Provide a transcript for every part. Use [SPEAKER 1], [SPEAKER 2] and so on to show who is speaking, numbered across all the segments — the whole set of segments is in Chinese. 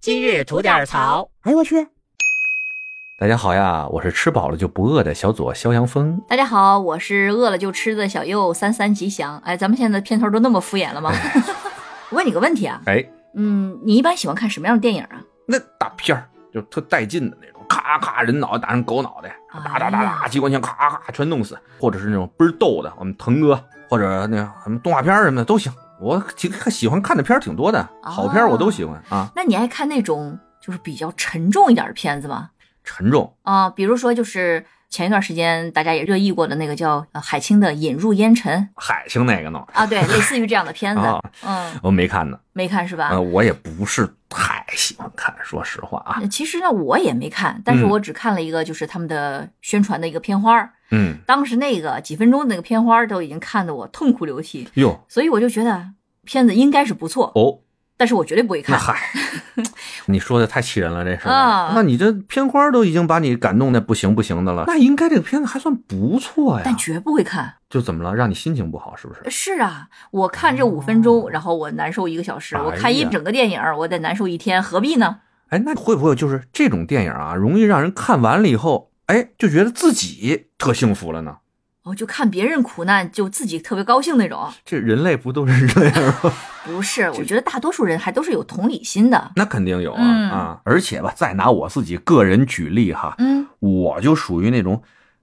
[SPEAKER 1] 今日吐点槽。
[SPEAKER 2] 哎呦我去，
[SPEAKER 3] 大家好呀，我是吃饱了就不饿的小左肖阳峰。
[SPEAKER 4] 大家好，我是饿了就吃的小右三三吉祥。哎，咱们现在片头都那么敷衍了 吗？我问你个问题啊，
[SPEAKER 3] 哎，
[SPEAKER 4] 嗯，你一般喜欢看什么样的电影啊？
[SPEAKER 3] 那大片儿就特带劲的那种，咔咔人脑袋打成狗脑袋，哒哒哒哒
[SPEAKER 4] 哎呀
[SPEAKER 3] 机关枪咔咔全弄死，或者是那种倍儿逗的，我们腾哥或者那什么动画片儿什么的都行。我挺喜欢看的片儿挺多的，好片儿我都喜欢啊。
[SPEAKER 4] 那你爱看那种就是比较沉重一点的片子吗？
[SPEAKER 3] 沉重，
[SPEAKER 4] 啊、比如说就是前一段时间大家也热议过的那个叫呃海清的《引入烟尘
[SPEAKER 3] 海星那个呢》？
[SPEAKER 4] 啊，对，类似于这样的啊片子，
[SPEAKER 3] 啊，
[SPEAKER 4] 嗯，
[SPEAKER 3] 我没看呢。
[SPEAKER 4] 没看是吧？
[SPEAKER 3] 呃，我也不是太喜欢看，说实话啊。
[SPEAKER 4] 呃其实呢，我也没看，但是
[SPEAKER 3] 嗯
[SPEAKER 4] 我只看了一个，就是他们的宣传的一个片花儿。
[SPEAKER 3] 嗯，
[SPEAKER 4] 当时那个几分钟的那个片花儿都已经看得我痛哭流涕，
[SPEAKER 3] 哟
[SPEAKER 4] 所以我就觉得片子应该是不错，
[SPEAKER 3] 哦，
[SPEAKER 4] 但是我绝对不会
[SPEAKER 3] 那
[SPEAKER 4] 看。
[SPEAKER 3] 嗨，你说的太气人了，这事儿。
[SPEAKER 4] 啊
[SPEAKER 3] 那你这片花都已经把你感动的不行不行的了，那应该这个片子还算不错呀
[SPEAKER 4] 但。绝不会看。
[SPEAKER 3] 就怎么了？让你心情不好是不是？
[SPEAKER 4] 是啊，我看这五分钟，然后我难受一个小时；
[SPEAKER 3] 哦哎呀
[SPEAKER 4] 我看一整个电影，我得难受一天，何必呢？
[SPEAKER 3] 哎，那会不会就是这种电影啊，容易让人看完了以后，哎，就觉得自己特幸福了呢？
[SPEAKER 4] 我就看别人苦难，就自己特别高兴那种。
[SPEAKER 3] 这人类不都是这样吗？
[SPEAKER 4] 不是，我觉得大多数人还都是有同理心的。
[SPEAKER 3] 那肯定有啊、
[SPEAKER 4] 嗯
[SPEAKER 3] 啊！而且吧，再拿我自己个人举例哈，
[SPEAKER 4] 嗯，
[SPEAKER 3] 我就属于那种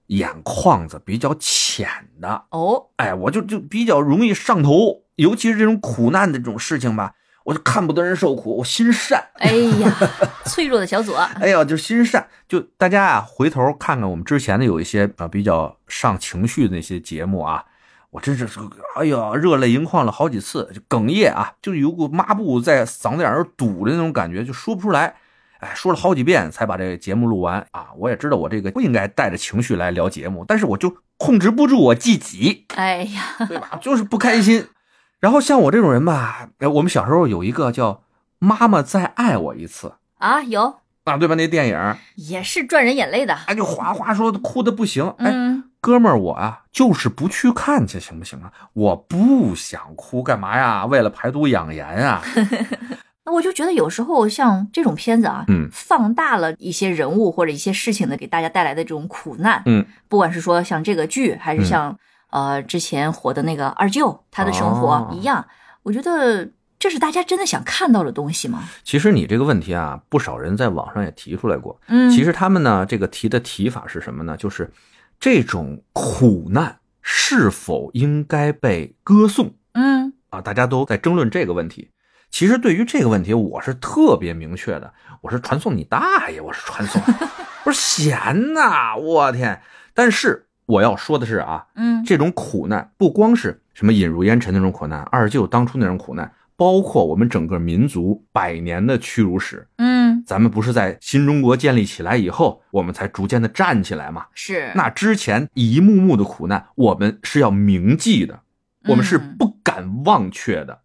[SPEAKER 3] 眼眶子比较浅的，
[SPEAKER 4] 哦，
[SPEAKER 3] 哎，我就就比较容易上头，尤其是这种苦难的这种事情吧，我就看不得人受苦，我心善。
[SPEAKER 4] 哎呀， 脆弱的小左，
[SPEAKER 3] 哎呀，就心善，就大家啊，回头看看我们之前的有一些啊比较上情绪的那些节目啊，我真是这个，哎呀，热泪盈眶了好几次，就哽咽啊，就有股抹布在嗓子眼儿堵的那种感觉，就说不出来。哎，说了好几遍才把这个节目录完啊！我也知道我这个不应该带着情绪来聊节目，但是我就控制不住我自己，
[SPEAKER 4] 哎呀，
[SPEAKER 3] 对吧？ 就是不开心。然后像我这种人吧，哎我们小时候有一个叫“妈妈再爱我一次
[SPEAKER 4] 啊，有”
[SPEAKER 3] 啊，对吧？那电影儿，
[SPEAKER 4] 也是赚人眼泪的。
[SPEAKER 3] 哎，就哗哗说哭的不行。哎，
[SPEAKER 4] 嗯，
[SPEAKER 3] 哥们儿，我啊就是不去看去，行不行啊？我不想哭，干嘛呀？为了排毒养颜 啊。
[SPEAKER 4] 那我就觉得有时候像这种片子啊，
[SPEAKER 3] 嗯
[SPEAKER 4] 放大了一些人物或者一些事情的给大家带来的这种苦难，
[SPEAKER 3] 嗯，
[SPEAKER 4] 不管是说像这个剧，还是像、呃之前火的那个二舅他的生活
[SPEAKER 3] 哦
[SPEAKER 4] 一样，我觉得这是大家真的想看到的东西吗？
[SPEAKER 3] 其实你这个问题啊，不少人在网上也提出来过。
[SPEAKER 4] 嗯，
[SPEAKER 3] 其实他们呢，这个提的提法是什么呢？就是这种苦难是否应该被歌颂？
[SPEAKER 4] 嗯
[SPEAKER 3] 啊，大家都在争论这个问题。其实对于这个问题，我是特别明确的，我是传送你大爷，我是传送，不是闲呐、我天！但是我要说的是啊，
[SPEAKER 4] 嗯，
[SPEAKER 3] 这种苦难不光是什么引入烟尘那种苦难，二舅当初那种苦难，包括我们整个民族百年的屈辱史。
[SPEAKER 4] 嗯
[SPEAKER 3] 咱们不是在新中国建立起来以后，我们才逐渐的站起来嘛？
[SPEAKER 4] 是
[SPEAKER 3] 那之前一幕幕的苦难，我们是要铭记的，
[SPEAKER 4] 嗯
[SPEAKER 3] 我们是不敢忘却的。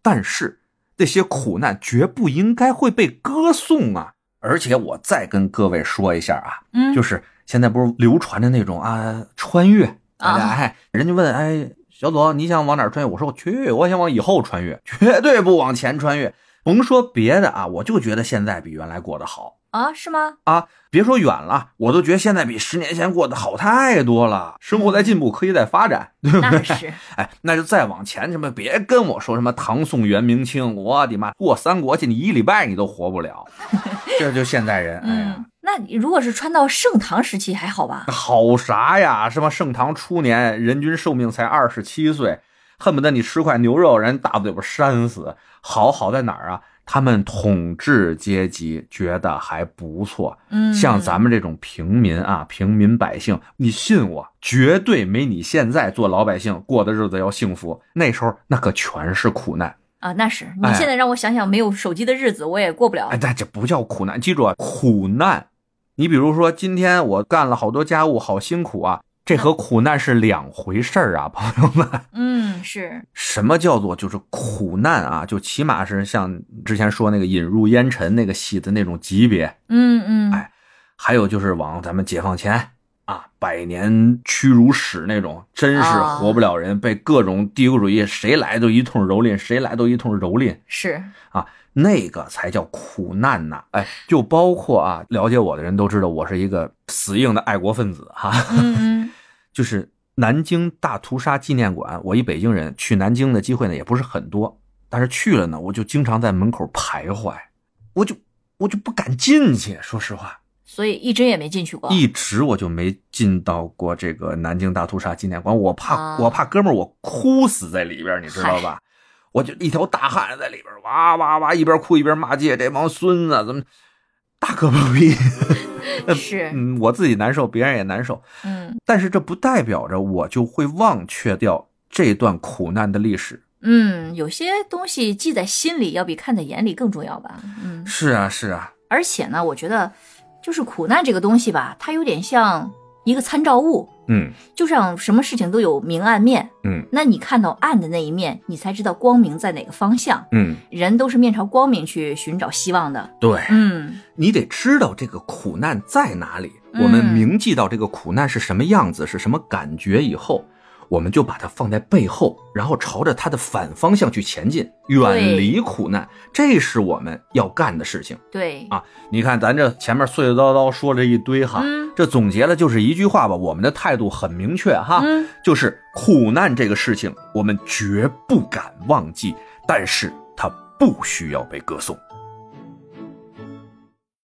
[SPEAKER 3] 但是那些苦难绝不应该会被歌颂啊！而且我再跟各位说一下啊，
[SPEAKER 4] 嗯
[SPEAKER 3] 就是现在不是流传着那种啊穿越，大家
[SPEAKER 4] 啊
[SPEAKER 3] 哎，人家问哎小左你想往哪儿穿越？我说我去，我想往以后穿越，绝对不往前穿越。甭说别的啊，我就觉得现在比原来过得好。
[SPEAKER 4] 啊 是吗？
[SPEAKER 3] 啊，别说远了，我都觉得现在比十年前过得好太多了。生活在进步，科技在发展，对不
[SPEAKER 4] 那
[SPEAKER 3] 对？
[SPEAKER 4] 是
[SPEAKER 3] 哎，那就再往前什么，别跟我说什么唐宋元明清，我的妈，过三国去，你一礼拜你都活不 了。这就现代人，哎呀，
[SPEAKER 4] 嗯，那你如果是穿到盛唐时期还好吧？
[SPEAKER 3] 好啥呀？什么盛唐初年人均寿命才二十七岁，恨不得你吃块牛肉，人大嘴巴扇死。好好在哪儿啊？他们统治阶级觉得还不错，
[SPEAKER 4] 嗯，
[SPEAKER 3] 像咱们这种平民啊，平民百姓，你信我，绝对没你现在做老百姓过的日子要幸福。那时候那可全是苦难，
[SPEAKER 4] 啊那是，你
[SPEAKER 3] 哎
[SPEAKER 4] 现在让我想想没有手机的日子我也过不了
[SPEAKER 3] 哎，。那这不叫苦难，记住啊，苦难。你比如说，今天我干了好多家务，好辛苦啊，这和苦难是两回事儿啊， 朋友们。
[SPEAKER 4] 嗯，是，
[SPEAKER 3] 什么叫做就是苦难啊？就起码是像之前说那个引入烟尘那个戏的那种级别，
[SPEAKER 4] 嗯嗯，
[SPEAKER 3] 哎还有就是往咱们解放前啊，百年屈辱史那种，真是
[SPEAKER 4] 啊
[SPEAKER 3] 活不了人，被各种帝国主义谁来都一通蹂躏，谁来都一通蹂躏。
[SPEAKER 4] 是，
[SPEAKER 3] 啊，那个才叫苦难呐！哎，就包括啊，了解我的人都知道，我是一个死硬的爱国分子哈、
[SPEAKER 4] 嗯嗯，
[SPEAKER 3] 就是南京大屠杀纪念馆，我一北京人去南京的机会呢也不是很多，但是去了呢，我就经常在门口徘徊，我就我就不敢进去。说实话，
[SPEAKER 4] 所以一直也没进去 过。
[SPEAKER 3] 一直我就没进到过这个南京大屠杀纪念馆，我怕、
[SPEAKER 4] 啊
[SPEAKER 3] 我怕哥们儿我哭死在里边儿，你知道吧？我就一条大汉在里边儿哇哇哇一边哭一边骂街，这帮孙子怎么大可不必？
[SPEAKER 4] 是，
[SPEAKER 3] 嗯，我自己难受，别人也难受。
[SPEAKER 4] 嗯
[SPEAKER 3] 但是这不代表着我就会忘却掉这段苦难的历史。
[SPEAKER 4] 嗯，有些东西记在心里要比看在眼里更重要吧。嗯，
[SPEAKER 3] 是啊，是啊，
[SPEAKER 4] 而且呢，我觉得就是苦难这个东西吧，它有点像一个参照物，
[SPEAKER 3] 嗯
[SPEAKER 4] 就像什么事情都有明暗面，
[SPEAKER 3] 嗯
[SPEAKER 4] 那你看到暗的那一面，你才知道光明在哪个方向。
[SPEAKER 3] 嗯，
[SPEAKER 4] 人都是面朝光明去寻找希望的。
[SPEAKER 3] 对
[SPEAKER 4] 嗯
[SPEAKER 3] 你得知道这个苦难在哪里。
[SPEAKER 4] 嗯
[SPEAKER 3] 我们铭记到这个苦难是什么样子，是什么感觉以后，我们就把它放在背后，然后朝着它的反方向去前进，远离苦难，这是我们要干的事情。
[SPEAKER 4] 对，
[SPEAKER 3] 啊你看，咱这前面碎碎叨叨说了一堆哈，
[SPEAKER 4] 嗯
[SPEAKER 3] 这总结了就是一句话吧，我们的态度很明确哈，
[SPEAKER 4] 嗯
[SPEAKER 3] 就是苦难这个事情，我们绝不敢忘记，但是它不需要被歌颂。